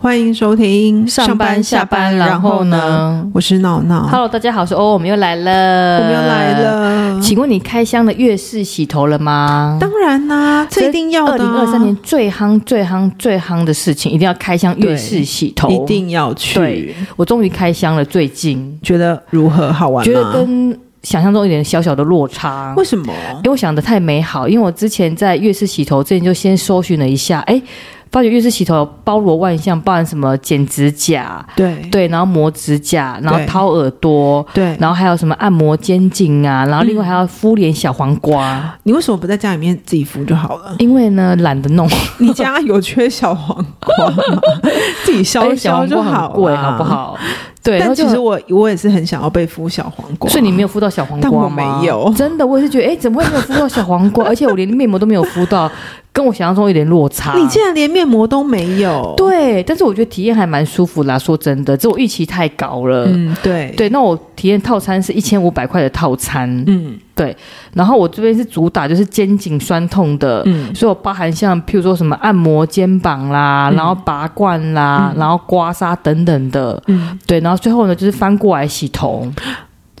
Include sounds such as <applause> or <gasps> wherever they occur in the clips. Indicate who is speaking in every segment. Speaker 1: 欢迎收听
Speaker 2: 上班下班，
Speaker 1: 然
Speaker 2: 然后？呢
Speaker 1: 我是闹闹，
Speaker 2: ？Hello，大家好，我是欧，我们又来了，
Speaker 1: 我们又来。了。
Speaker 2: 请问你开箱的月式洗头了吗？
Speaker 1: 当然啦，这一定要的、啊。
Speaker 2: 二零二三年最夯、最夯、最夯的事情，一定要开箱月式洗头。
Speaker 1: 一，定要去
Speaker 2: 对，我终于开箱了，最近
Speaker 1: 觉得如何好玩吗？
Speaker 2: 觉得跟想象中有点小小的落差。
Speaker 1: 为什么？
Speaker 2: 因为我想的太美好，因为我之前在月式洗头之前就先搜寻了一下，哎，发觉月式洗头包罗万象，包含什么剪指甲，
Speaker 1: 对
Speaker 2: 对，然后磨指甲，然后
Speaker 1: 对
Speaker 2: 掏耳朵，
Speaker 1: 对，嗯
Speaker 2: 然后还有什么按摩肩颈啊，然后另外还要敷脸小黄瓜，
Speaker 1: <laughs> 你为什么不在家里面自己敷就好了？
Speaker 2: 因为呢懒得
Speaker 1: <laughs>
Speaker 2: 弄，
Speaker 1: 你家有缺小黄
Speaker 2: <laughs>
Speaker 1: 瓜吗？自己
Speaker 2: 而
Speaker 1: 削
Speaker 2: 且
Speaker 1: 一
Speaker 2: 哎小
Speaker 1: 削
Speaker 2: 黄
Speaker 1: 就
Speaker 2: 瓜
Speaker 1: 好、
Speaker 2: 很贵，好不？好？对，然
Speaker 1: 但
Speaker 2: 后就
Speaker 1: 其实
Speaker 2: 很。
Speaker 1: 我我也是很想要被敷小黄瓜，
Speaker 2: 所以你没有敷到小黄
Speaker 1: 但
Speaker 2: 瓜
Speaker 1: 我没
Speaker 2: 吗？
Speaker 1: 有
Speaker 2: 真的，我也是觉得，哎，怎么会没有敷到小黄
Speaker 1: <laughs>
Speaker 2: 瓜？而且我连面膜都没有敷到，跟我想象中有点落差。
Speaker 1: 你竟然连面膜都没有？，
Speaker 2: 啊对，但是我觉得体验还蛮舒服啦。说真的，这我预期太高了。
Speaker 1: 嗯，对，
Speaker 2: 对，那我体验套餐是一千五百块的套餐，
Speaker 1: 嗯
Speaker 2: 然后我这边是主打就是肩颈酸痛的，
Speaker 1: 嗯
Speaker 2: 所以我包含像譬如说什么按摩肩膀啦，
Speaker 1: 嗯
Speaker 2: 然后拔罐啦，
Speaker 1: 嗯
Speaker 2: 然后刮痧等等的，
Speaker 1: 嗯，
Speaker 2: 对，然后最后呢就是翻过来洗头，
Speaker 1: 哦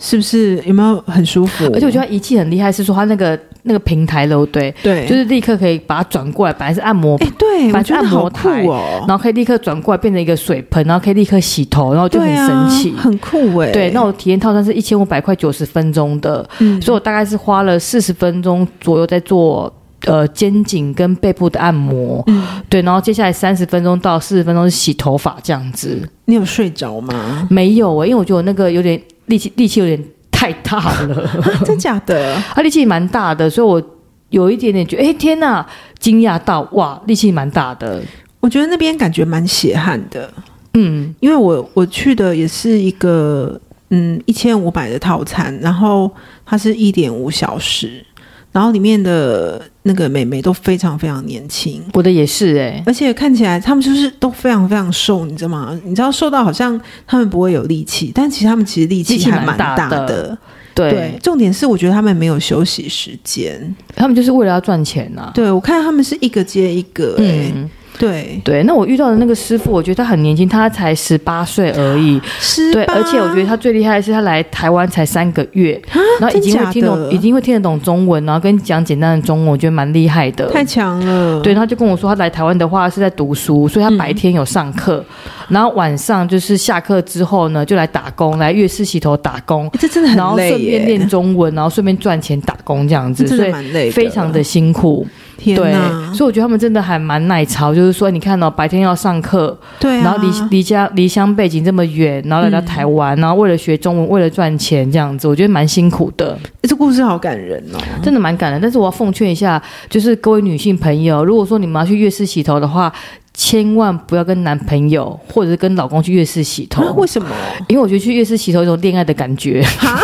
Speaker 1: 是不是有没有很舒服？
Speaker 2: 而且我觉得它仪器很厉害，是说它那个那个平台楼对，
Speaker 1: 对，
Speaker 2: 就是立刻可以把它转过来，本来是按摩。
Speaker 1: 哎，对，我
Speaker 2: 反正
Speaker 1: 觉得
Speaker 2: 按摩
Speaker 1: 好酷
Speaker 2: 台
Speaker 1: 哦，
Speaker 2: 然后可以立刻转过来变成一个水盆，然后可以立刻洗头，然后就很
Speaker 1: 对
Speaker 2: 神奇。
Speaker 1: 啊、很酷哎、
Speaker 2: 对，那我体验套餐是一千五百块九十分钟的，
Speaker 1: 嗯
Speaker 2: 所以我大概是花了四十分钟左右在做呃肩颈跟背部的按摩，
Speaker 1: 嗯，
Speaker 2: 对，然后接下来三十分钟到四十分钟是洗头发这样子。
Speaker 1: 你有睡着
Speaker 2: <laughs>
Speaker 1: 吗？
Speaker 2: 没有欸诶、因为我觉得我那个有点力气，力气有点太大
Speaker 1: <laughs>
Speaker 2: 了，
Speaker 1: 啊真假的？
Speaker 2: 它力气蛮大的，所以我有一点点觉得，哎、天呐，惊讶到哇，力气蛮大的，
Speaker 1: 我觉得那边感觉蛮血汗的，
Speaker 2: 嗯，
Speaker 1: 因为我我去的也是一个嗯一千五百的套餐，然后它是一点五小时，然后里面的那个美眉都非常非常年轻，
Speaker 2: 我的也是欸诶、
Speaker 1: 而且看起来他们就是都非常非常瘦，你知道吗？你知道瘦到好像他们不会有力气，但其实他们其实力
Speaker 2: 力
Speaker 1: 气
Speaker 2: 气
Speaker 1: 还
Speaker 2: 蛮
Speaker 1: 蛮
Speaker 2: 大
Speaker 1: 大
Speaker 2: 的
Speaker 1: 的。
Speaker 2: 对
Speaker 1: 对，重点是我觉得他们没有休息时间。
Speaker 2: 他们就是为了要赚钱呐、啊。
Speaker 1: 对我看他们是一个接一个、欸，
Speaker 2: 嗯，
Speaker 1: 对，
Speaker 2: 对，那我遇到的那个师傅，我觉得他很年轻，他才十八岁而已，
Speaker 1: 是
Speaker 2: 对，
Speaker 1: 吧
Speaker 2: 而且我觉得他最厉害的是他来台湾才三个月，
Speaker 1: 啊
Speaker 2: 然后已
Speaker 1: 真
Speaker 2: 经
Speaker 1: 假
Speaker 2: 会听
Speaker 1: 的
Speaker 2: 懂，已经会听得懂中文，然后跟你讲简单的中文，我觉得蛮厉害的。
Speaker 1: 太强了，
Speaker 2: 对，然后就跟我说，他来台湾的话是在读书，所以
Speaker 1: 嗯
Speaker 2: 他白天有上课，然后晚上就是下课之后呢，就来打工，来月式洗头打工，
Speaker 1: 欸这真的
Speaker 2: 然
Speaker 1: 很
Speaker 2: 后
Speaker 1: 累、耶，
Speaker 2: 顺便练中文，然后顺便赚钱打工这样子，
Speaker 1: 这真
Speaker 2: 所
Speaker 1: 的
Speaker 2: 以
Speaker 1: 蛮累的，
Speaker 2: 非常的辛苦。
Speaker 1: 天
Speaker 2: 对
Speaker 1: 哪，，
Speaker 2: 所以我觉得他们真的还蛮耐操，就是说，你看哦，白天要上课，
Speaker 1: 对啊，
Speaker 2: 然后离离家离乡背景这么远，然后来到
Speaker 1: 嗯
Speaker 2: 台湾，然后为了学中文，为了赚钱这样子，我觉得蛮辛苦的，
Speaker 1: 这故事好感人哦，
Speaker 2: 真的蛮感人。但是我要奉劝一下，就是各位女性朋友，如果说你们要去月事洗头的话，千万不要跟男朋友或者是跟老公去月事洗头
Speaker 1: 啊，为
Speaker 2: <laughs>
Speaker 1: 什么？
Speaker 2: 因为我觉得去月事洗头有一种恋爱的感
Speaker 1: <laughs>
Speaker 2: 觉，
Speaker 1: 哈，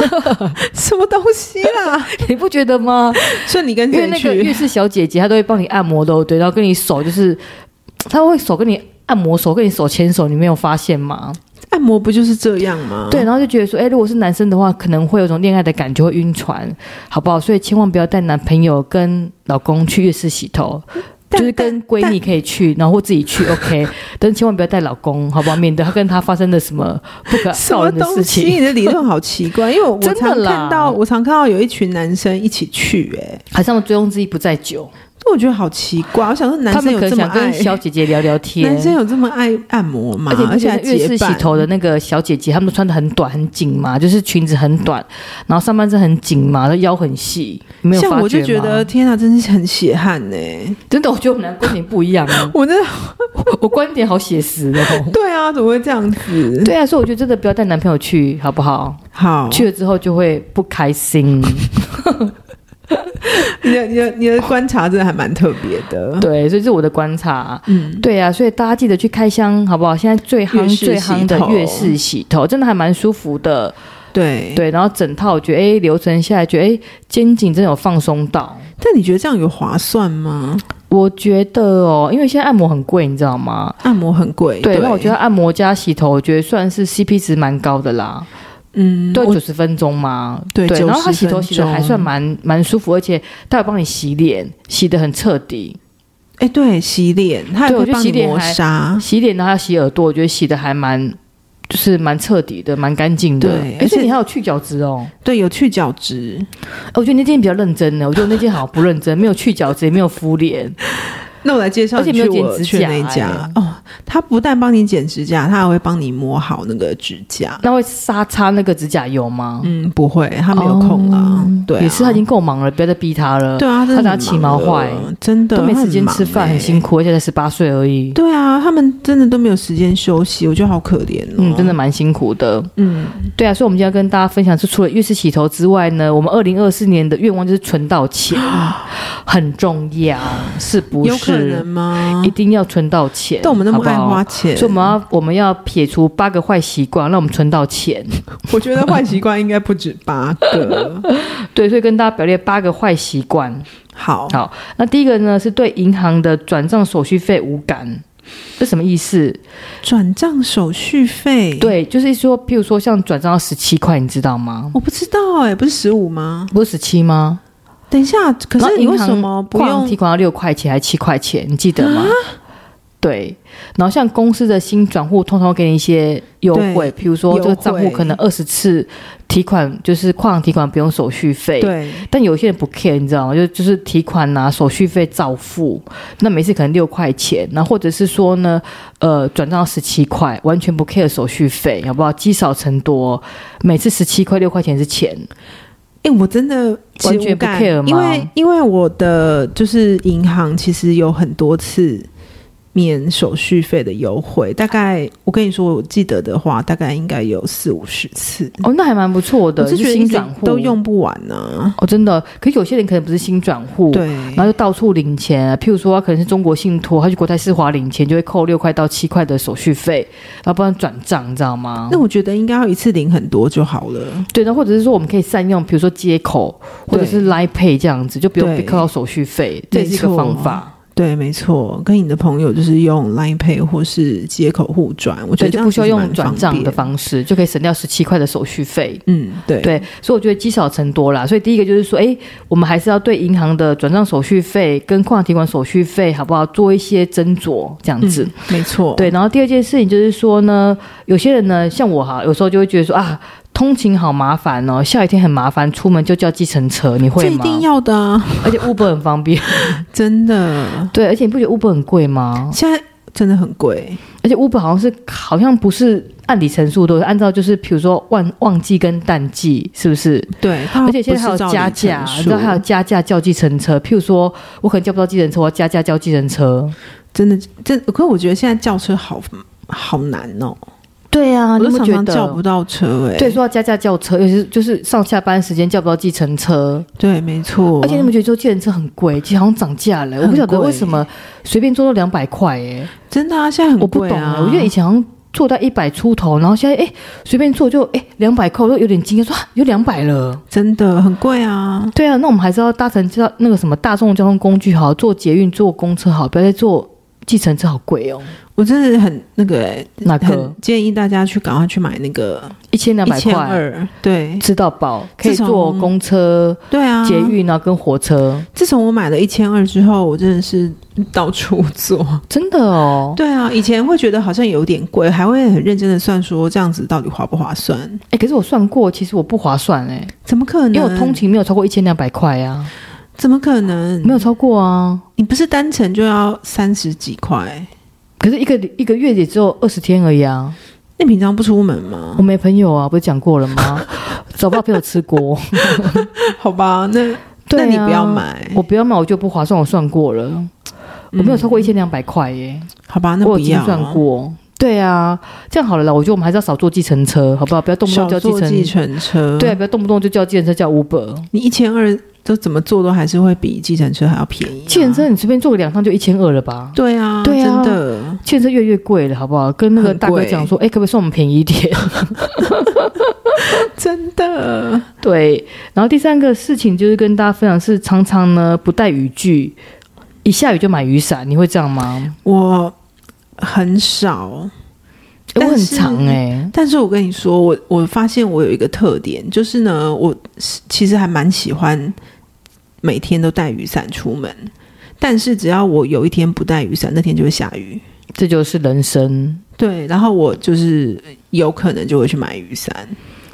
Speaker 1: 什么东西啦？
Speaker 2: 你不觉得吗？
Speaker 1: <laughs> 所以你跟
Speaker 2: 啊因为
Speaker 1: 谁 <laughs>
Speaker 2: 那个
Speaker 1: 去？
Speaker 2: 月事小姐姐她都会帮你按摩的，对，然后跟你手就是，她会手跟你按摩手，跟你手牵手，你没有发现吗？
Speaker 1: 按摩不就是这样吗？
Speaker 2: 对，，然后就觉得说，哎，如果是男生的话，可能会有种恋爱的感觉，会晕船，好不好？所以千万不要带男朋友跟老公去浴室洗头，就
Speaker 1: 但
Speaker 2: 是跟闺蜜可以去，然后或自己去
Speaker 1: <laughs>
Speaker 2: ，OK，但是千万不要带老公，好不好？免得他跟他发生了什么不可
Speaker 1: <laughs> 什
Speaker 2: 告
Speaker 1: 么
Speaker 2: 人的
Speaker 1: 东
Speaker 2: 事
Speaker 1: 西？
Speaker 2: 情。
Speaker 1: 你的理论好奇怪，因为我
Speaker 2: <laughs>
Speaker 1: 我
Speaker 2: 真的
Speaker 1: 常看
Speaker 2: 啦
Speaker 1: 到，我常看到有一群男生一起去、欸，
Speaker 2: 还是他们醉翁之意不在酒，
Speaker 1: 我觉得好奇怪。我想说，男
Speaker 2: 他
Speaker 1: 生
Speaker 2: 们
Speaker 1: 有
Speaker 2: 可
Speaker 1: 这
Speaker 2: 能
Speaker 1: 么
Speaker 2: 想跟
Speaker 1: 爱，
Speaker 2: 小姐姐聊聊天。
Speaker 1: 男生有这么爱按摩吗？
Speaker 2: 而
Speaker 1: 而
Speaker 2: 且
Speaker 1: 还
Speaker 2: 那个浴
Speaker 1: 结
Speaker 2: 室洗
Speaker 1: 伴，
Speaker 2: 头的那个小姐姐，她们都穿的很短很紧嘛，就是裙子很短，然后上半身很紧嘛，然后腰很细，你没有发觉
Speaker 1: 像我就觉
Speaker 2: 吗
Speaker 1: 得天啊，真是很血汗呢、，
Speaker 2: 真的，我觉得我们俩观点不一样啊
Speaker 1: 我真的
Speaker 2: <laughs> 我观点好写实哦。
Speaker 1: <laughs> 对啊，怎么会这样
Speaker 2: <laughs>
Speaker 1: 子？
Speaker 2: 对啊，所以我觉得真的不要带男朋友去，好不好？
Speaker 1: 好，
Speaker 2: 去了之后就会不开 <laughs> 心。
Speaker 1: 你的你的你的观察真的还蛮特别的。
Speaker 2: 对，所以这是我的观察。
Speaker 1: 嗯，
Speaker 2: 对啊，所以大家记得去开箱，好不好？现在最
Speaker 1: 月
Speaker 2: 夯
Speaker 1: 式
Speaker 2: 最
Speaker 1: 洗
Speaker 2: 夯的
Speaker 1: 头
Speaker 2: 月式洗头，真的还蛮舒服的。
Speaker 1: 对。
Speaker 2: 对，然后整套我觉得哎，流程下来觉得哎，肩颈真的有放松到。
Speaker 1: 但你觉得这样有划算吗？
Speaker 2: 我觉得哦，因为现在按摩很贵，你知道吗？
Speaker 1: 按摩很贵，
Speaker 2: 对，那我觉得按摩加洗头，我觉得算是 CP 值蛮高的啦。
Speaker 1: 嗯，
Speaker 2: 对，
Speaker 1: 我
Speaker 2: 九十分钟嘛，
Speaker 1: 对
Speaker 2: 然后
Speaker 1: 90
Speaker 2: 他洗头洗的
Speaker 1: 分钟
Speaker 2: 还算蛮蛮舒服，而且他有帮你洗脸，洗的很彻底。
Speaker 1: 哎，对，洗脸，它也
Speaker 2: 对我
Speaker 1: 会
Speaker 2: 觉得
Speaker 1: 帮
Speaker 2: 洗
Speaker 1: 你
Speaker 2: 脸
Speaker 1: 磨
Speaker 2: 还
Speaker 1: 砂。
Speaker 2: 洗脸然后要洗耳朵，我觉得洗的还蛮。就是蛮彻底的，蛮干净的，
Speaker 1: 对
Speaker 2: 而
Speaker 1: 而
Speaker 2: 且
Speaker 1: 且
Speaker 2: 你还有去角质哦。
Speaker 1: 对，有去角质。
Speaker 2: 哎我觉得那件比较认真呢，我觉得那件好像不认真，没有去角质，也没有敷脸。
Speaker 1: 那我来介绍
Speaker 2: 而且
Speaker 1: 你
Speaker 2: 没有
Speaker 1: 去我
Speaker 2: 剪指
Speaker 1: 去
Speaker 2: 甲
Speaker 1: 那一
Speaker 2: 哎
Speaker 1: 家哦，它不但帮你剪指甲，它还会帮你磨好那个指
Speaker 2: <laughs>
Speaker 1: 甲。
Speaker 2: 那会擦擦那个指甲油吗？
Speaker 1: 嗯，不会，他没有空啊。对啊，
Speaker 2: 哦也是他已经够忙了，不要再逼他了。
Speaker 1: 对啊，
Speaker 2: 他
Speaker 1: 真的
Speaker 2: 等下
Speaker 1: 很
Speaker 2: 起毛
Speaker 1: 忙
Speaker 2: 坏
Speaker 1: 了，真的
Speaker 2: 都没时间
Speaker 1: 他很
Speaker 2: 吃饭，
Speaker 1: 忙
Speaker 2: 很
Speaker 1: 欸
Speaker 2: 辛苦，而且才十八岁而已。
Speaker 1: 对啊，他们真的都没有时间休息，我觉得好可怜哦。
Speaker 2: 嗯，真的，蛮辛苦的。
Speaker 1: 嗯，
Speaker 2: 对啊，所以我们今天要跟大家分享，是除了月式洗头之外呢，我们二零二四年的愿望就是存到
Speaker 1: <gasps>
Speaker 2: 钱，很重要，是不
Speaker 1: 有可
Speaker 2: 是
Speaker 1: 能？吗
Speaker 2: 一？定要存到钱。
Speaker 1: 但我们那么爱
Speaker 2: 好不好
Speaker 1: 花钱，
Speaker 2: 所以我们要我们要撇除八个坏习惯，让我们存到钱。 <laughs>
Speaker 1: 我觉得坏习惯应该不止八个。
Speaker 2: 对，所以跟大家表列八个坏习惯。
Speaker 1: <laughs> 好，
Speaker 2: 好，那第一个呢是对银行的转账手续费无感，这什么意思？
Speaker 1: 转账手续费，，
Speaker 2: 对，就是说，譬如说像转账到十七块，你知道吗？
Speaker 1: 我不知道哎、不是十五吗？
Speaker 2: 不是十七吗？
Speaker 1: 等一下，可
Speaker 2: 然
Speaker 1: 是
Speaker 2: 后
Speaker 1: 你为
Speaker 2: 银行
Speaker 1: 什么不
Speaker 2: 跨行
Speaker 1: 用啊
Speaker 2: 提？款要六块钱还是七块钱？你记得吗？对，然后像公司的新转户，通常会给你一些优惠，
Speaker 1: 对
Speaker 2: 譬如说这个
Speaker 1: 优惠
Speaker 2: 账户可能二十次提款，就是跨行提款不用手续费。
Speaker 1: 对，
Speaker 2: 但有些人不 care，你知道吗？就就是提款呐、手续费照付，那每次可能六块钱，然后或者是说呢，呃，转账十七块，完全不 care 手续费，好不好？积少成多，每次十七块六块钱是钱，
Speaker 1: 哎、我真的其实
Speaker 2: 完全不
Speaker 1: 无感
Speaker 2: care 吗
Speaker 1: 因为因为我的就是银行其实有很多次免手续费的优惠，大概我跟你说，我记得的话，大概应该有四五十次，
Speaker 2: 哦，那还蛮不错的，
Speaker 1: 我是
Speaker 2: 就
Speaker 1: 觉得一
Speaker 2: 新
Speaker 1: 直
Speaker 2: 转户
Speaker 1: 都用不完呢、
Speaker 2: 哦，真的。可有些人可能不是新转户，，
Speaker 1: 对，
Speaker 2: 然后就到处领钱、啊譬如说他可能是中国信托，他去国泰世华领钱就会扣六块到七块的手续费，然后不然转账，你知道吗？
Speaker 1: 那我觉得应该要一次领很多就好了。
Speaker 2: 对，那或者是说我们可以善用，比如说接口或者是 Line Pay 这样子，就不用
Speaker 1: 对
Speaker 2: 被扣到手续费，这也是一个
Speaker 1: 没错
Speaker 2: 方法。
Speaker 1: 对，没错，跟你的朋友就是用 Line Pay 或是接口互转，我觉
Speaker 2: 对，
Speaker 1: 得这
Speaker 2: 就
Speaker 1: 样
Speaker 2: 不需要
Speaker 1: 其实蛮
Speaker 2: 用转
Speaker 1: 方
Speaker 2: 账
Speaker 1: 便
Speaker 2: 的。方式，就可以省掉十七块的手续费。
Speaker 1: 嗯，对，
Speaker 2: 对，所以我觉得积少成多啦。所以第一个就是说，哎，我们还是要对银行的转账手续费跟跨行提款手续费，好不好做一些斟酌，这样子。
Speaker 1: 嗯，没错，
Speaker 2: 对，然后第二件事情就是说呢，有些人呢，像我哈，有时候就会觉得说啊，通勤好麻烦哦，下雨天很麻烦，出门就叫计程车，你会
Speaker 1: 这一
Speaker 2: 吗？
Speaker 1: 定要的、啊，
Speaker 2: 而且 Uber 很方便，
Speaker 1: 真的，
Speaker 2: 对，而且你不觉得 Uber 很贵吗？
Speaker 1: 现在真的很贵。
Speaker 2: 而且 Uber 好像是好像不是按里程数，都是按照就是比如说旺旺季跟淡季，是不是？
Speaker 1: 对，它
Speaker 2: 而且现在还
Speaker 1: 不
Speaker 2: 有
Speaker 1: 是照
Speaker 2: 加
Speaker 1: 里程
Speaker 2: 价，你
Speaker 1: 数
Speaker 2: 知道还有加价叫计程车，譬如说我可能叫不到计程车，我要加价叫计程车。
Speaker 1: 真的，真可我觉得现在叫车好好难哦，
Speaker 2: 对啊，
Speaker 1: 我
Speaker 2: 你
Speaker 1: 都
Speaker 2: 有没有
Speaker 1: 常
Speaker 2: 觉
Speaker 1: 常叫不
Speaker 2: 得？
Speaker 1: 到车哎、
Speaker 2: 对，说要加价叫车，尤其是就是上下班时间叫不到计程车，
Speaker 1: 对，没错，
Speaker 2: 而且你们觉得说计程车很贵，其实好像涨价了，我不
Speaker 1: 很
Speaker 2: 晓得
Speaker 1: 贵
Speaker 2: 为什么随便做到两百块哎。
Speaker 1: 真的啊，现在很
Speaker 2: 我不
Speaker 1: 贵
Speaker 2: 懂
Speaker 1: 啊，
Speaker 2: 了，我觉得以前好像做到一百出头，然后现在哎随便做就哎两百块，我都有点惊讶，说、啊、有两百了。
Speaker 1: 真的很贵啊，
Speaker 2: 对啊，那我们还是要搭乘叫那个什么大众交通工具好，坐捷运、坐公车好，不要再坐计程车，好贵哦，
Speaker 1: 我真的很那个哎、
Speaker 2: 那个
Speaker 1: 很建议大家去赶快去买那个
Speaker 2: 一千两
Speaker 1: 一
Speaker 2: 百
Speaker 1: 千
Speaker 2: 块。
Speaker 1: 二，对
Speaker 2: 吃到饱，可以
Speaker 1: 自从
Speaker 2: 坐公车、
Speaker 1: 对啊，
Speaker 2: 捷。运啊，跟火车，
Speaker 1: 自从我买了一千二之后，我真的是到处
Speaker 2: <laughs>
Speaker 1: 坐。
Speaker 2: 真的哦。
Speaker 1: 对啊，以前会觉得好像有点贵，还会很认真的算说这样子到底划不划算？
Speaker 2: 哎，可是我算过，其实我不划算哎，
Speaker 1: 怎么可能？
Speaker 2: 因为我通勤没有超过一千两百块啊，
Speaker 1: 怎么可能？
Speaker 2: 没有超过啊。
Speaker 1: 你不是单程就要三十几块？
Speaker 2: 可是一个一个月也只有二十天而已啊。
Speaker 1: 那你平常不出门吗
Speaker 2: <laughs> 我？没朋友啊，不是讲过了吗？ <laughs> 找不到朋友吃锅，
Speaker 1: 好吧，那、
Speaker 2: 对啊
Speaker 1: <laughs> 那你不要买，
Speaker 2: 我不要买，我就不划算，我算过了，我没有超过一千两百块耶，
Speaker 1: 好吧，那
Speaker 2: 我
Speaker 1: 不
Speaker 2: 有精
Speaker 1: 要啊。
Speaker 2: 算过。对啊，这样好了啦，我觉得我们还是要少坐计程车，好不好？不要动不动
Speaker 1: 少
Speaker 2: 叫计
Speaker 1: 坐
Speaker 2: 程
Speaker 1: 计程车，
Speaker 2: 对，，不要动不动就叫计程车叫 Uber。
Speaker 1: 你一千二都怎么坐都还是会比计程车还要便宜、啊
Speaker 2: 计程，车你随便坐个两趟就一千二了吧？
Speaker 1: 对啊，
Speaker 2: 对啊
Speaker 1: 真的，
Speaker 2: 计程车越来越贵了，好不好？跟那个大哥
Speaker 1: 很贵
Speaker 2: 讲说，哎、可不可以送我们便宜一点？
Speaker 1: 真的，
Speaker 2: 对，然后第三个事情就是跟大家分享是，常常呢不带雨具，一下雨就买雨伞，你会这样吗？
Speaker 1: 我很少。
Speaker 2: 诶我
Speaker 1: 但
Speaker 2: 很
Speaker 1: 是
Speaker 2: 常哎、
Speaker 1: 但是我跟你说，我我发现我有一个特点，就是呢，我是其实还蛮喜欢每天都带雨伞出门，但是只要我有一天不带雨伞，那天就会下雨。
Speaker 2: 这就是人生。
Speaker 1: 对，然后我就是有可能就会去买雨伞。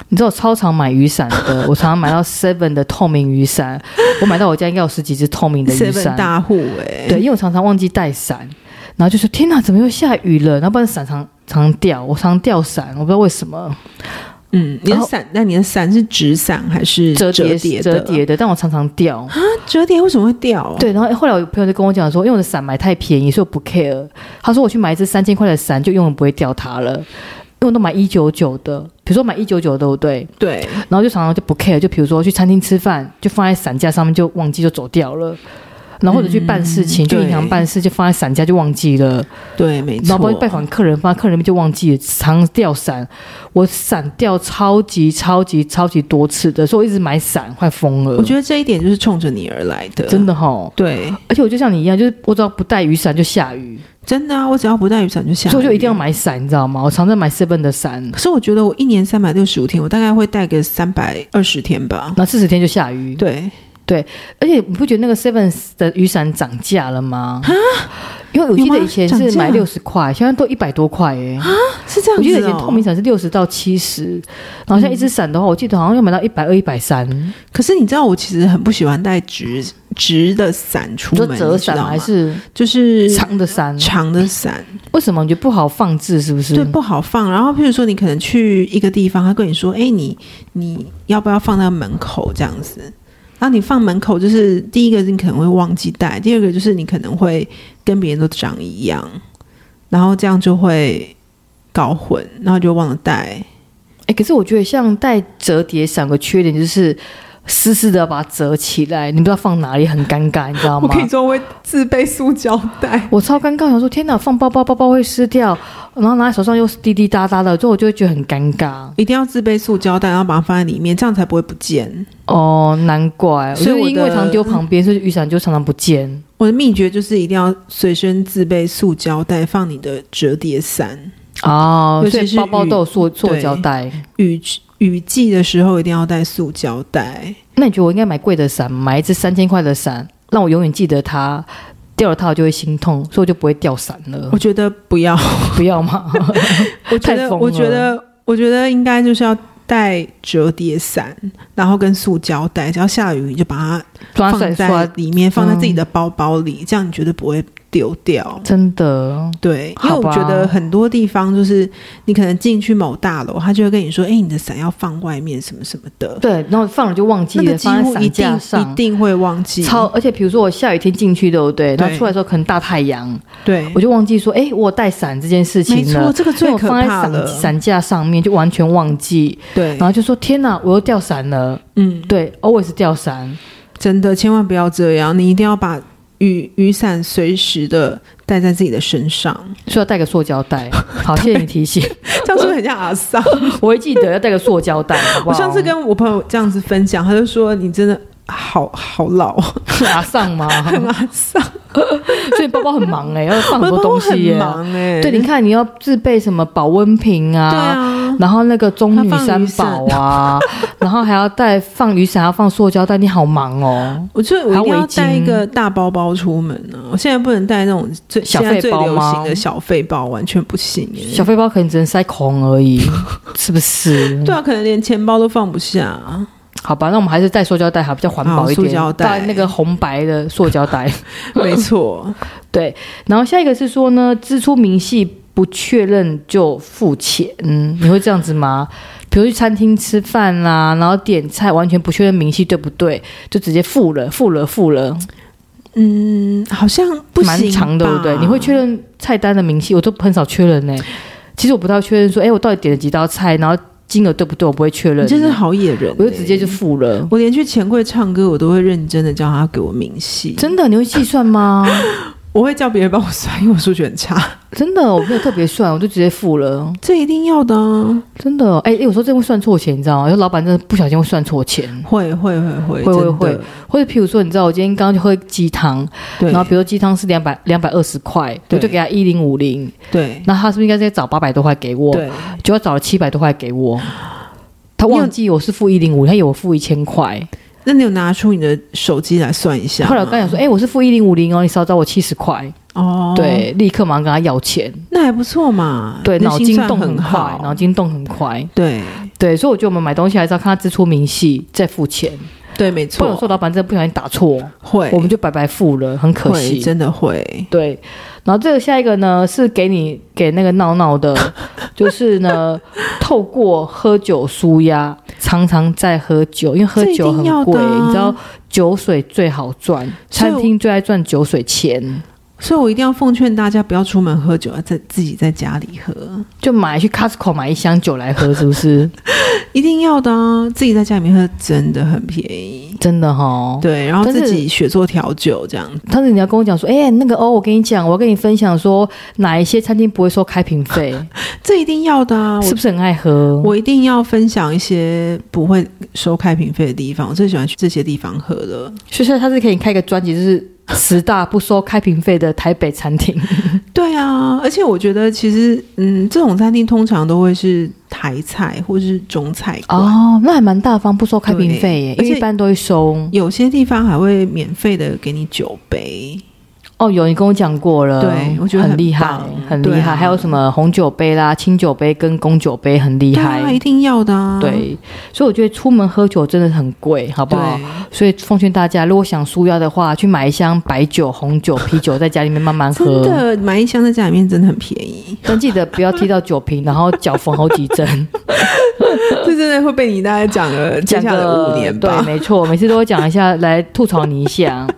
Speaker 2: 你知道我超常买雨伞的，我常常买
Speaker 1: <laughs>
Speaker 2: 到 Seven 的透明雨伞，我买到我家应该有十几只透明的雨
Speaker 1: seven
Speaker 2: 伞。
Speaker 1: 大户哎、
Speaker 2: 对，因为我常常忘记带伞，然后就说天哪，怎么又下雨了？然后不然伞常常掉，我常掉伞，我不知道为什么
Speaker 1: 嗯，你
Speaker 2: 然
Speaker 1: 的
Speaker 2: 后
Speaker 1: 伞，那你的伞是纸伞还是
Speaker 2: 折
Speaker 1: 叠
Speaker 2: 叠
Speaker 1: 的？
Speaker 2: 折叠的，但我常常掉。
Speaker 1: 那折叠为什么会掉、啊？，
Speaker 2: 对，然后诶后来我朋友就跟我讲说，因为我的伞买太便宜，所以我不 care。他说我去买一只三千块的伞，就永远不会掉它了，因为我都买一九九的，比如说买一九九，对不对？
Speaker 1: 对，
Speaker 2: 然后就常常就不 care，就比如说去餐厅吃饭，就放在伞架上面就忘记就走掉了。然后或者去办事情，
Speaker 1: 嗯
Speaker 2: 去银行
Speaker 1: 对
Speaker 2: 办事就放在伞架就忘记了，
Speaker 1: 对，没
Speaker 2: 然后
Speaker 1: 错
Speaker 2: 去。拜访客人，放在客人那边就忘记了，常掉伞。我伞掉超级超级超级多次的，所以我一直买伞，快疯了。
Speaker 1: 我觉得这一点就是冲着你而来的，
Speaker 2: 真。的哈，
Speaker 1: 对，
Speaker 2: 而且我就像你一样，就是我只要不带雨伞就下雨，
Speaker 1: 真的啊！我只要不带雨伞就下雨，
Speaker 2: 所以我就一定要。买伞，你知道吗？我常在买 seven 的伞，
Speaker 1: 可是我觉得我一年三百六十五天，我大概会带个三百二十天吧。
Speaker 2: 那四十天就下雨。
Speaker 1: 对，
Speaker 2: 而且你不觉得那个 Seven 的雨伞涨价了吗？因为我记得以前
Speaker 1: 啊有吗
Speaker 2: 是
Speaker 1: 涨价
Speaker 2: 买六十块，现在都一百多块耶、
Speaker 1: 是这样
Speaker 2: 我
Speaker 1: 子、哦。
Speaker 2: 记得以前透明伞是六十到七十，然后现在一只伞的话，我记得好像要买到一百二、一百三。
Speaker 1: 可是你知道，我其实很不喜欢带直直的伞出
Speaker 2: 你说
Speaker 1: 门，
Speaker 2: 折
Speaker 1: 你知道
Speaker 2: 伞
Speaker 1: 吗
Speaker 2: 吗还是
Speaker 1: 就是
Speaker 2: 长的伞？
Speaker 1: 长的伞，
Speaker 2: 为什么你觉得不好放置？是不是？
Speaker 1: 对，不好放。然后，譬如说，你可能去一个地方，他跟你说：“哎，你你要不要放到门口这样子？”然后你放门口，就是第一个你可能会忘记带，第二个就是你可能会跟别人都长一样，然后这样就会搞混，然后就忘了带。
Speaker 2: 哎、可是我觉得像带折叠伞有个缺点就是。湿湿的要把它折起来，你不知道放哪里，很尴尬，你知道吗？
Speaker 1: 说，我会自备塑胶袋。
Speaker 2: 我超尴尬，想说天哪，放包包包包会湿掉，然后拿在手上又是滴滴答答的，之后我就会觉得很尴尬。
Speaker 1: 一定要自备塑胶袋，然后把它放在里面，这样才不会不见。
Speaker 2: 哦，难怪，
Speaker 1: 所以
Speaker 2: 我
Speaker 1: 我
Speaker 2: 就
Speaker 1: 的
Speaker 2: 因为常丢旁边，所以雨伞就常常不见。
Speaker 1: 我的秘诀就是一定要随身自备塑胶袋，放你的折叠伞。
Speaker 2: 哦
Speaker 1: 尤，其
Speaker 2: 所以
Speaker 1: 是
Speaker 2: 包包
Speaker 1: 雨
Speaker 2: 都有塑塑
Speaker 1: 对
Speaker 2: 胶袋。
Speaker 1: 雨雨季的时候一定要带塑胶袋。
Speaker 2: 那你觉得我应该买贵的伞，买一只三千块的伞，让我永远记得它？掉了它我就会心痛，所以我就不会掉伞了
Speaker 1: <laughs> 我。觉得不要，
Speaker 2: 不要吗？嗯
Speaker 1: 我觉
Speaker 2: <laughs> 太
Speaker 1: 得
Speaker 2: 疯了
Speaker 1: 我觉得我觉得应该就是要带折叠伞，然后跟塑胶袋，只要下雨你就把它
Speaker 2: 抓
Speaker 1: 放
Speaker 2: 伞
Speaker 1: 在
Speaker 2: 刷，
Speaker 1: 里面，放在自己的包包里，这样你绝对不会丢掉。
Speaker 2: 真的
Speaker 1: 对，因为
Speaker 2: 好
Speaker 1: 我
Speaker 2: 吧
Speaker 1: 觉得很多地方就是你可能进去某大楼，他就会跟你说：“哎、你的伞要放外面，什么什么的。
Speaker 2: 对。然后放了就忘”记
Speaker 1: 那个
Speaker 2: 了，
Speaker 1: 几
Speaker 2: 放在
Speaker 1: 乎一
Speaker 2: 伞
Speaker 1: 定
Speaker 2: 架
Speaker 1: 一
Speaker 2: 上。
Speaker 1: 定会忘记，
Speaker 2: 超，而且比如说我下雨天进去，对不对？然
Speaker 1: 对
Speaker 2: 后出来的时候可能大太阳，
Speaker 1: 对
Speaker 2: 我，就忘记说，哎，我有带伞这件事
Speaker 1: 没
Speaker 2: 情
Speaker 1: 错，
Speaker 2: 了。
Speaker 1: 这个
Speaker 2: 因为
Speaker 1: 最
Speaker 2: 我
Speaker 1: 可
Speaker 2: 放在
Speaker 1: 怕了
Speaker 2: 伞。伞架上面，就完全忘记，
Speaker 1: 对
Speaker 2: 然，后就说：“天哪，我又掉伞了。
Speaker 1: 嗯”，
Speaker 2: 对，always 掉伞。
Speaker 1: 真的千万不要这样，你一定要把雨雨伞随时的带在自己的身上， <laughs>
Speaker 2: 需要带个塑胶袋，好，谢谢你提醒，
Speaker 1: 这样是不是很像阿桑？
Speaker 2: 我会记得要带个塑胶袋，好不
Speaker 1: 我
Speaker 2: 好？
Speaker 1: 上次跟我朋友这样子分享，他就说你真的好好老，
Speaker 2: 阿上
Speaker 1: <laughs>
Speaker 2: 嘛，
Speaker 1: 很阿桑，
Speaker 2: <laughs> 所以包包很忙哎、要放
Speaker 1: 我
Speaker 2: 很
Speaker 1: 的
Speaker 2: 多
Speaker 1: 包包
Speaker 2: 东西
Speaker 1: 很
Speaker 2: 耶、
Speaker 1: 忙哎、
Speaker 2: 对，你看你要自备什么保温瓶啊，
Speaker 1: 对啊，
Speaker 2: 然后那个中女
Speaker 1: 还放
Speaker 2: 三
Speaker 1: 雨伞
Speaker 2: 宝啊， <laughs> 然后还要带放雨伞，还要放塑胶袋，你好忙哦。
Speaker 1: 我觉得我一
Speaker 2: 还有
Speaker 1: 定要
Speaker 2: 围巾
Speaker 1: 带一个大包包出门呢、我现在不能带那种最
Speaker 2: 小
Speaker 1: 现在最
Speaker 2: 费包
Speaker 1: 流行
Speaker 2: 吗
Speaker 1: 的小费包，完全不行欸耶、
Speaker 2: 小背包可能只能塞孔而
Speaker 1: <laughs>
Speaker 2: 已，是不是？
Speaker 1: 对啊，可能连钱包都放不下。啊
Speaker 2: <laughs> 好吧，那我们还是带塑胶袋，还比较环保一
Speaker 1: 好
Speaker 2: 点。
Speaker 1: 塑胶袋
Speaker 2: 带那个红白的塑胶袋。 <laughs>
Speaker 1: 没错，
Speaker 2: 对，然后下一个是说呢，支出明细不确认就付钱，嗯，你会这样子吗？比如去餐厅吃饭啦、然后点菜完全不确认明细对不对，就直接付了，付了，付了，
Speaker 1: 嗯，好像不行吧，
Speaker 2: 蛮长的，对不对？你会确认菜单的明细，我都很少确认呢、欸其实我不太会确认说，哎，我到底点了几道菜，然后金额对不对，我不会确认
Speaker 1: 你。真是好野人、欸
Speaker 2: 我就直接就。付了。
Speaker 1: 我连去钱柜唱歌，我都会认真的叫他给我明细。
Speaker 2: 真的，你会计算吗？
Speaker 1: 我会叫别人帮我算，因为我数学很差。
Speaker 2: <laughs>
Speaker 1: <laughs>
Speaker 2: 真的，我没有特别算，我就直接付了。
Speaker 1: 这一定要的啊、
Speaker 2: 真的，哎、有时候真的会算错钱，你知道吗？有时候老板真的不小心会算错钱，
Speaker 1: 会会会
Speaker 2: 会
Speaker 1: 会
Speaker 2: 会
Speaker 1: 真的
Speaker 2: 会或者譬如说，你知道我今天刚刚就喝鸡汤，
Speaker 1: 对，
Speaker 2: 然后比如说鸡汤是两百两百二十块，我
Speaker 1: 对
Speaker 2: 就给他一零五零，
Speaker 1: 对
Speaker 2: 那他是不是应该再找八百多块给我？
Speaker 1: 对，
Speaker 2: 结果他找了七百多块给我，他忘记我是付一零五，他以为我付一千块，
Speaker 1: 那你有拿出你的手机来算一下吗？
Speaker 2: 后来我刚讲说，哎、我是付一零五零哦，你少找我七十块，
Speaker 1: 啊哦，，
Speaker 2: 对，立刻马上跟他要钱，
Speaker 1: 那还不错嘛，
Speaker 2: 对，
Speaker 1: 你的
Speaker 2: 脑
Speaker 1: 心
Speaker 2: 筋
Speaker 1: 算
Speaker 2: 动
Speaker 1: 很
Speaker 2: 快，脑
Speaker 1: 好，
Speaker 2: 筋动很快，
Speaker 1: 对
Speaker 2: 对，所以我觉得我们买东西还是要看他支出明细再付钱，
Speaker 1: 对，没
Speaker 2: 不然有
Speaker 1: 错
Speaker 2: 时，候老板真的不小心打错，
Speaker 1: 会，
Speaker 2: 我们就白白付了，很可
Speaker 1: 会
Speaker 2: 惜。
Speaker 1: 真的会，
Speaker 2: 对，然后这个下一个呢是给你给那个闹闹
Speaker 1: <laughs>
Speaker 2: 的，就是呢，透过喝酒舒压，常常在喝酒，因为喝
Speaker 1: 这一
Speaker 2: 酒
Speaker 1: 定
Speaker 2: 很
Speaker 1: 要的
Speaker 2: 贵，
Speaker 1: 啊
Speaker 2: 你知道酒水最好赚，
Speaker 1: 所以
Speaker 2: 餐
Speaker 1: 我
Speaker 2: 厅最爱赚酒水钱，
Speaker 1: 所以我一定要奉劝大家不要出门喝酒，啊要在自己在家里喝，
Speaker 2: 就买去 Costco 买一箱酒来喝，是不
Speaker 1: <laughs>
Speaker 2: 是？
Speaker 1: 一定要的啊！自己在家里面喝真的很便宜，
Speaker 2: 真的哈。
Speaker 1: 对，然后
Speaker 2: 但是
Speaker 1: 自己学做调酒这样，
Speaker 2: 当时你要跟我讲说，哎、那个哦，我跟你讲，我要跟你分享说哪一些餐厅不会收开瓶
Speaker 1: <laughs>
Speaker 2: 费，
Speaker 1: 这一定要的啊！
Speaker 2: 是
Speaker 1: 我
Speaker 2: 不是很爱喝？
Speaker 1: 我一定要分享一些不会收开瓶费的地方，我最喜欢去这些地方喝了。
Speaker 2: 所以说他是可以开一个专辑，就是十大不收开瓶费的台北餐厅。
Speaker 1: 对啊，而且我觉得其实，嗯，这种餐厅通常都会是台菜或是中菜馆。
Speaker 2: 哦，那还蛮大方，不收开瓶费耶，
Speaker 1: 对
Speaker 2: 因为一般都会收。
Speaker 1: 有些地方还会免费的给你酒杯，
Speaker 2: 哦，有你跟我讲过了，
Speaker 1: 对我觉得
Speaker 2: 很
Speaker 1: 很
Speaker 2: 厉害
Speaker 1: 棒，
Speaker 2: 很厉
Speaker 1: 对
Speaker 2: 害。
Speaker 1: 啊
Speaker 2: 还有什么红酒杯啦、清酒杯跟公酒杯，很厉
Speaker 1: 对啊，
Speaker 2: 害
Speaker 1: 一。定要的啊。
Speaker 2: 对，所以我觉得出门喝酒真的很贵，好不好
Speaker 1: 对？
Speaker 2: 所以奉劝大家，如果想舒压的话，去买一箱白酒、红酒、啤酒，在家里面慢慢
Speaker 1: 真
Speaker 2: 喝。
Speaker 1: 的买一箱在家里面真的很便
Speaker 2: <laughs>
Speaker 1: 宜，
Speaker 2: 但记得不要踢到酒瓶，然后脚缝好几 <laughs> 针。
Speaker 1: 这真的会被你大概讲了接
Speaker 2: 讲
Speaker 1: 下来
Speaker 2: 个
Speaker 1: 的五年
Speaker 2: 对，
Speaker 1: 吧，
Speaker 2: 没错，每次都会讲一下来吐槽你一下。
Speaker 1: <laughs>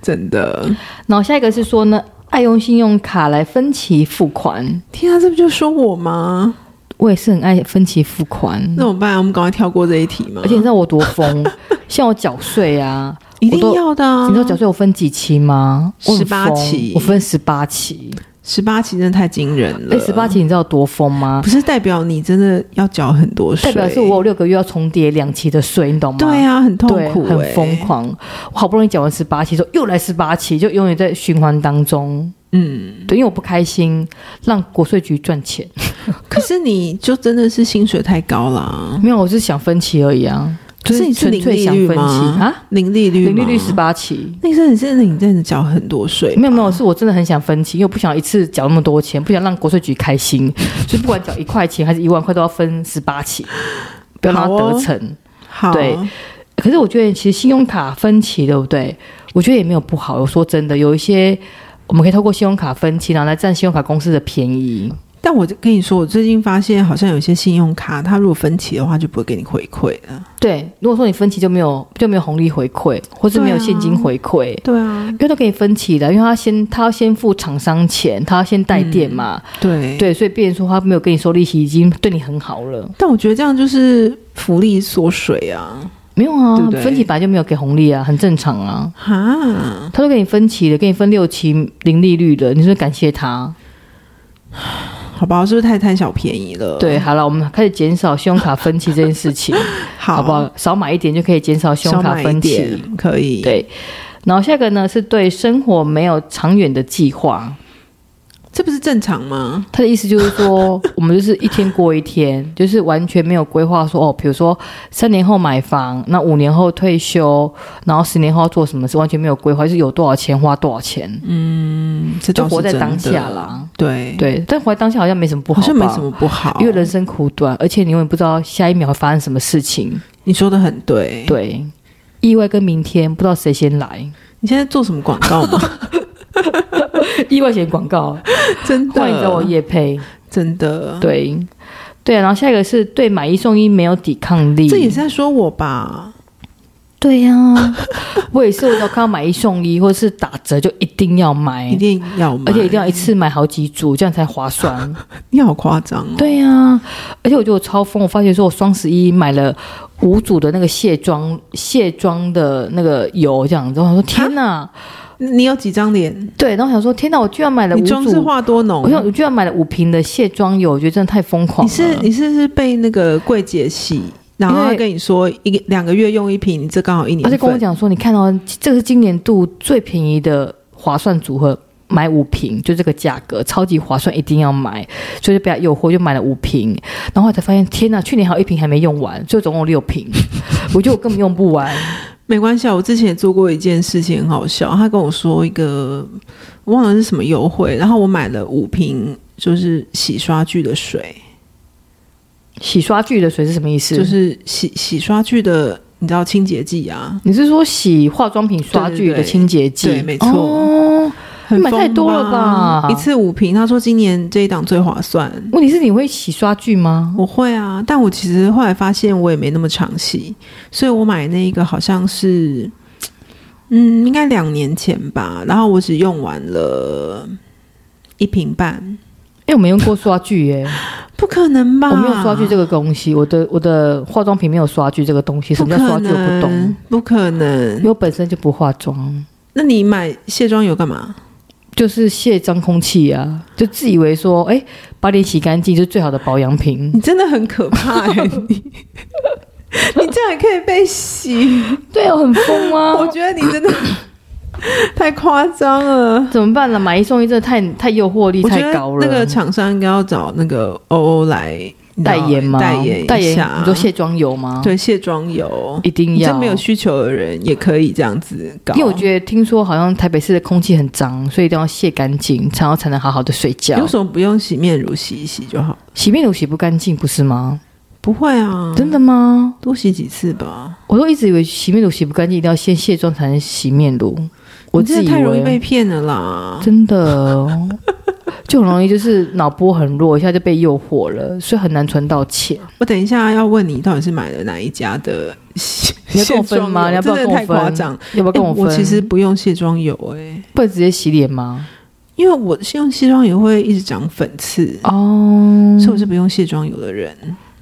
Speaker 1: 真的。
Speaker 2: 然后下一个是说呢，爱用信用卡来分期付款，
Speaker 1: 天啊，这不就说我吗？
Speaker 2: 我也是很爱分期付款。
Speaker 1: 那怎么办？我们赶快跳过这一题嘛。
Speaker 2: 嗯而且你知道我多
Speaker 1: <laughs>
Speaker 2: 疯，像我缴税啊，
Speaker 1: 一定要的啊
Speaker 2: 你！知道缴税我分几期吗？我很疯
Speaker 1: 18期
Speaker 2: 我分十八期。
Speaker 1: 十八期真的太惊人了，
Speaker 2: 哎，十八期你知道有多疯吗
Speaker 1: 不？是代表你真的要缴很多税，
Speaker 2: 代表是我有六个月要重叠两期的税，你懂吗？
Speaker 1: 对啊，很痛
Speaker 2: 对，
Speaker 1: 苦、欸，
Speaker 2: 很疯。狂。我好不容易缴完十八期，之后又来十八期，就永远在循环当中。
Speaker 1: 嗯，
Speaker 2: 对，因为我不开心，让国税局赚钱。
Speaker 1: 可是你就真的是薪水太高啦，
Speaker 2: 没有，我是想分期而已啊，就
Speaker 1: 可是你是
Speaker 2: 纯粹想
Speaker 1: 零利
Speaker 2: 分
Speaker 1: 率吗
Speaker 2: 期啊。
Speaker 1: 零利率，
Speaker 2: 零利率十。八期，
Speaker 1: 那时候你真的你真的缴很多税，
Speaker 2: 没有没有，是我真的很想分期，因为我不想一次缴那么多钱，不想让国税局开
Speaker 1: <laughs>
Speaker 2: 心，所以不管缴一块钱还是一万块，都要分十八期，不要让它
Speaker 1: 好哦
Speaker 2: 得逞。
Speaker 1: 好，
Speaker 2: 对可是我觉得其实信用卡分期，对不对？我觉得也没有不好。我说真的，有一些我们可以透过信用卡分期，然后来占信用卡公司的便宜。
Speaker 1: 但我跟你说，我最近发现好像有些信用卡，它如果分期的话，就不会给你回馈了。
Speaker 2: 对，如果说你分期就没有就没有红利回馈，或是没有
Speaker 1: 对啊
Speaker 2: 现金回馈。
Speaker 1: 对啊，
Speaker 2: 因为都可以分期的，因为他先他要先付厂商钱，他要先带电嘛，
Speaker 1: 对。
Speaker 2: 对，所以变成说他没有跟你收利息，已经对你很好了。
Speaker 1: 但我觉得这样就是福利缩水啊！
Speaker 2: 没有啊，
Speaker 1: 对不对
Speaker 2: 分期本来就没有给红利啊，很正常啊。
Speaker 1: 哈，
Speaker 2: 他都给你分期的，给你分六期零利率的，你是不是感谢他？
Speaker 1: 好吧，我是不是太贪小便宜了？
Speaker 2: 对，，好了，我们开始减少信用卡分期这件事情，
Speaker 1: <laughs> 好，
Speaker 2: 好不好？少买一点就可以减少信
Speaker 1: 少
Speaker 2: 用卡
Speaker 1: 买一
Speaker 2: 分期。
Speaker 1: 点可以。，
Speaker 2: 对，然后下一个呢是对生活没有长远的计划。
Speaker 1: 这不是正常吗？
Speaker 2: 他的意思就是说，我们就是一天过一天，就是完全没有规划说哦，比如说三年后买房，那五年后退休，然后十年后要做什么事，完全没有规划，就是有多少钱花多少钱，
Speaker 1: 嗯，这
Speaker 2: 就
Speaker 1: 倒是
Speaker 2: 活在
Speaker 1: 真的
Speaker 2: 当下。啦。
Speaker 1: 对，
Speaker 2: 对，但活在当下好像没什么不好
Speaker 1: 好
Speaker 2: 吧，
Speaker 1: 像没什么不好。
Speaker 2: 因为人生苦短，而且你永远不知道下一秒会发生什么事情。
Speaker 1: 你说的很对。，
Speaker 2: 对，意外跟明天不知道谁先
Speaker 1: <laughs>
Speaker 2: 来，
Speaker 1: 你现在做什么广告吗？
Speaker 2: 意外险广 <laughs> 告，
Speaker 1: 真的，
Speaker 2: 欢迎找我叶配。
Speaker 1: 真的，
Speaker 2: 对，对、啊然后下一个是对买一送一没有抵抗力，
Speaker 1: 这也是在说我吧？
Speaker 2: 对呀、 <laughs> 我也是，我只要看到买一送一或是打折就一定要买，
Speaker 1: 一定要买，
Speaker 2: 而且一定要一次买好几组，这样才划算。
Speaker 1: 你好夸张哦！
Speaker 2: <laughs> 对呀、而且我觉得我超疯，我发现说我双十一买了五组的那个卸妆卸妆的那个油，这样子，我想说天哪，
Speaker 1: 你有几张脸？
Speaker 2: 对，然后我想说天哪，我居然买了五
Speaker 1: 你妆是
Speaker 2: 组。
Speaker 1: 化多浓啊
Speaker 2: 我？想，我居然买了五瓶的卸妆油，我觉得真的太疯狂
Speaker 1: 你
Speaker 2: 了。
Speaker 1: 是你是不是被那个柜姐洗，然后
Speaker 2: 因为
Speaker 1: 她跟你说一个两个月用一瓶，你这刚好一年
Speaker 2: 他就
Speaker 1: 份。
Speaker 2: 跟我讲说，你看到、哦、这个是今年度最便宜的划算组合，买五瓶，就这个价格超级划算，一定要买，所以就被他诱惑，就买了五瓶，然后才发现天呐，去年还有一瓶还没用完，所以总共六
Speaker 1: <laughs>
Speaker 2: 瓶，我觉得我根本用不完。
Speaker 1: 没关系啊，我之前也做过一件事情，很好笑。他跟我说一个，我忘了是什么优惠，然后我买了五瓶就是洗刷具的水，
Speaker 2: 洗刷具的水是什么意思？
Speaker 1: 就是洗洗刷具的，你知道清洁剂啊？
Speaker 2: 你是说洗化妆品刷具的清洁剂？
Speaker 1: 对，没错。
Speaker 2: 哦
Speaker 1: 很
Speaker 2: 你买
Speaker 1: 疯
Speaker 2: 太多了吧嗯
Speaker 1: 一次五瓶，他说今年这一档最划算。
Speaker 2: 问题是你会洗刷具吗？
Speaker 1: 我会啊，但我其实后来发现我也没那么常洗，所以我买那个好像是，嗯，应该两年前吧。然后我只用完了一瓶半，
Speaker 2: 哎、我没用过刷具
Speaker 1: <laughs>
Speaker 2: 耶、
Speaker 1: 不可能吧？
Speaker 2: 我没有刷具这个东西，我的我的化妆品没有刷具这个东西，什
Speaker 1: 不
Speaker 2: 么叫
Speaker 1: 可
Speaker 2: 刷具我不懂
Speaker 1: 能，，不可
Speaker 2: 因
Speaker 1: 能。
Speaker 2: 为我本身就不化妆，
Speaker 1: 那你买卸妆油干
Speaker 2: <laughs>
Speaker 1: 嘛？
Speaker 2: 就是卸脏空气啊，就自以为说，哎、把脸洗干净就是最好的保养品
Speaker 1: 你。真的很可怕、欸，你 <laughs> 你这样也可以被洗，
Speaker 2: 对啊，很疯 <laughs> 啊！
Speaker 1: 我觉得你真的 <laughs> 太夸张了。
Speaker 2: 怎么办呢？买一送一真的太太诱惑力
Speaker 1: 我觉
Speaker 2: 太
Speaker 1: 得
Speaker 2: 高了。
Speaker 1: 那个厂商应该要找那个欧欧来你知道
Speaker 2: 代言吗？
Speaker 1: 代言
Speaker 2: 代
Speaker 1: 一
Speaker 2: 言
Speaker 1: 下
Speaker 2: 你说卸妆油吗？，
Speaker 1: 对卸妆油，
Speaker 2: 一定
Speaker 1: 你
Speaker 2: 要。
Speaker 1: 这没有需求的人也可以这样子搞。
Speaker 2: 因为我觉得听说好像台北市的空气很脏，所以一定要卸干净，然后才能好好的睡觉
Speaker 1: 有。什么不用洗面乳洗一洗就好？
Speaker 2: 洗面乳洗不干净，不是吗？
Speaker 1: 不会啊，
Speaker 2: 真的吗？
Speaker 1: 多洗几次吧。
Speaker 2: 我都一直以为洗面乳洗不干净，一定要先卸妆才能洗面乳。我
Speaker 1: 你
Speaker 2: 自
Speaker 1: 真
Speaker 2: 己
Speaker 1: 的
Speaker 2: 以
Speaker 1: 太容易被
Speaker 2: 为
Speaker 1: 骗了啦。
Speaker 2: 真的哦 <laughs> 就很容易，就是脑波很弱，一下就被诱惑了，所以很难存到钱。
Speaker 1: 我等一下要问你到底是买了哪一家的卸
Speaker 2: 你要跟我
Speaker 1: 卸
Speaker 2: 分
Speaker 1: 妆
Speaker 2: 吗？
Speaker 1: 油
Speaker 2: 你要不要
Speaker 1: 真
Speaker 2: 跟
Speaker 1: 的
Speaker 2: 我
Speaker 1: 太
Speaker 2: 分？
Speaker 1: 夸张。
Speaker 2: 要不要跟
Speaker 1: 欸
Speaker 2: 分？
Speaker 1: 其实不用卸妆油哎、
Speaker 2: 不能直接洗脸吗？
Speaker 1: 因为我是用卸妆油会一直长粉刺，
Speaker 2: 哦，
Speaker 1: 所以我是不用卸妆油的人。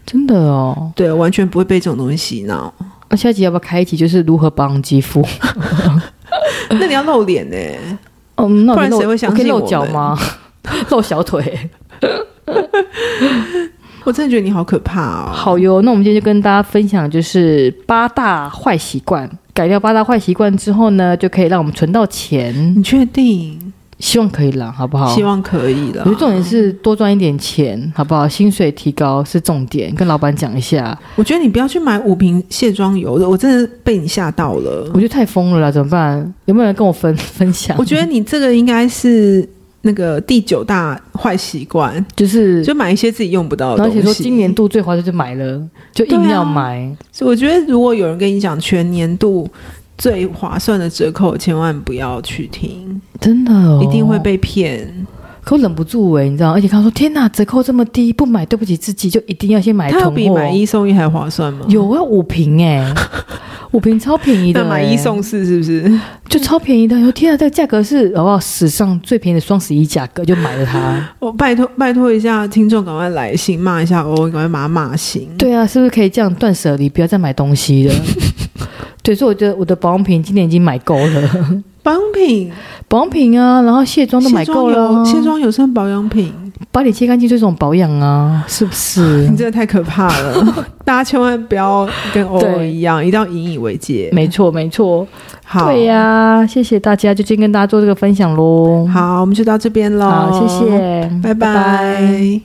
Speaker 2: 真的哦。
Speaker 1: 对，啊完全不会被这种东西洗脑。
Speaker 2: 那下一集要不要开一集，就是如何保养肌肤？
Speaker 1: 那你要露脸呢、
Speaker 2: 嗯，那我
Speaker 1: 不然
Speaker 2: 可以露
Speaker 1: 谁会相
Speaker 2: 我可以
Speaker 1: 信
Speaker 2: 露
Speaker 1: 我
Speaker 2: 脚
Speaker 1: 们
Speaker 2: 吗？ <laughs> 露小腿，
Speaker 1: 我真的觉得你好可怕哦。
Speaker 2: 好哟。那我们今天就跟大家分享，就是八大坏习惯。改掉八大坏习惯之后呢，就可以让我们存到钱，
Speaker 1: 你确定？
Speaker 2: 希望可以啦，好不好？
Speaker 1: 希望可以
Speaker 2: 我
Speaker 1: 了
Speaker 2: 觉。得重点是多赚一点钱，好不好？薪水提高是重点，跟老板讲一下。
Speaker 1: 我觉得你不要去买五瓶卸妆油的，我真的被你吓到了
Speaker 2: 我。觉得太疯了啦，怎么办？有没有人跟我分 <laughs> 分享？
Speaker 1: 我觉得你这个应该是那个第九大坏习惯，
Speaker 2: 就是
Speaker 1: 就买一些自己用不到的
Speaker 2: 然
Speaker 1: 东
Speaker 2: 后
Speaker 1: 西。
Speaker 2: 写说今年，度最划算就买了，就硬要买，
Speaker 1: 我觉得如果有人跟你讲全年度最划算的折扣，千万不要去听，
Speaker 2: 真的、哦、
Speaker 1: 一定会。被骗。
Speaker 2: 可我忍不住哎、你知道？而且他说：“天哪，折扣这么低，不买对不起自己，就一定要先买
Speaker 1: 它有
Speaker 2: 囤
Speaker 1: 比
Speaker 2: 货。
Speaker 1: 买一送一还划算吗？
Speaker 2: 有啊，五瓶哎、五瓶超便宜的、欸
Speaker 1: <laughs> 那买一送四是不是？
Speaker 2: 就超便宜的。我天啊，这个价格是好不好？史上最便宜的双十一价格就买了它。
Speaker 1: 我拜托拜托一下听众，赶快来信骂一下欧文，赶快把他骂醒。
Speaker 2: 对啊，是不是可以这样断舍离，不要再买东西
Speaker 1: <laughs>
Speaker 2: 了？对，所以我觉得我的保养品今年已经买够
Speaker 1: <laughs>
Speaker 2: 了，
Speaker 1: 保养品
Speaker 2: 保养品啊，然后卸妆都买够了啊，
Speaker 1: 卸妆油卸妆油算保养品，
Speaker 2: 把脸切干净就是一种保养啊，是不是
Speaker 1: <laughs> 你？真的太可怕
Speaker 2: <laughs>
Speaker 1: 了！大家千万不要跟欧文
Speaker 2: 对
Speaker 1: 一样，一定要引以为戒。
Speaker 2: 没错，没错。
Speaker 1: 好，
Speaker 2: 对呀、谢谢大家，就今天跟大家做这个分享喽。
Speaker 1: 好，我们就到这边喽。
Speaker 2: 好，谢，谢，
Speaker 1: 拜拜